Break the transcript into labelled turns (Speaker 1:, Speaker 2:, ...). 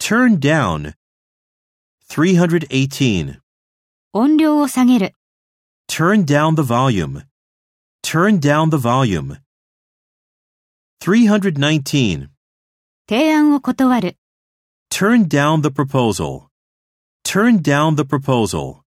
Speaker 1: Turn down. 318.
Speaker 2: 音量を下げる、
Speaker 1: Turn down the volume. Turn down the volume. 319.
Speaker 2: 提案を断る。
Speaker 1: Turn down the proposal. Turn down the proposal.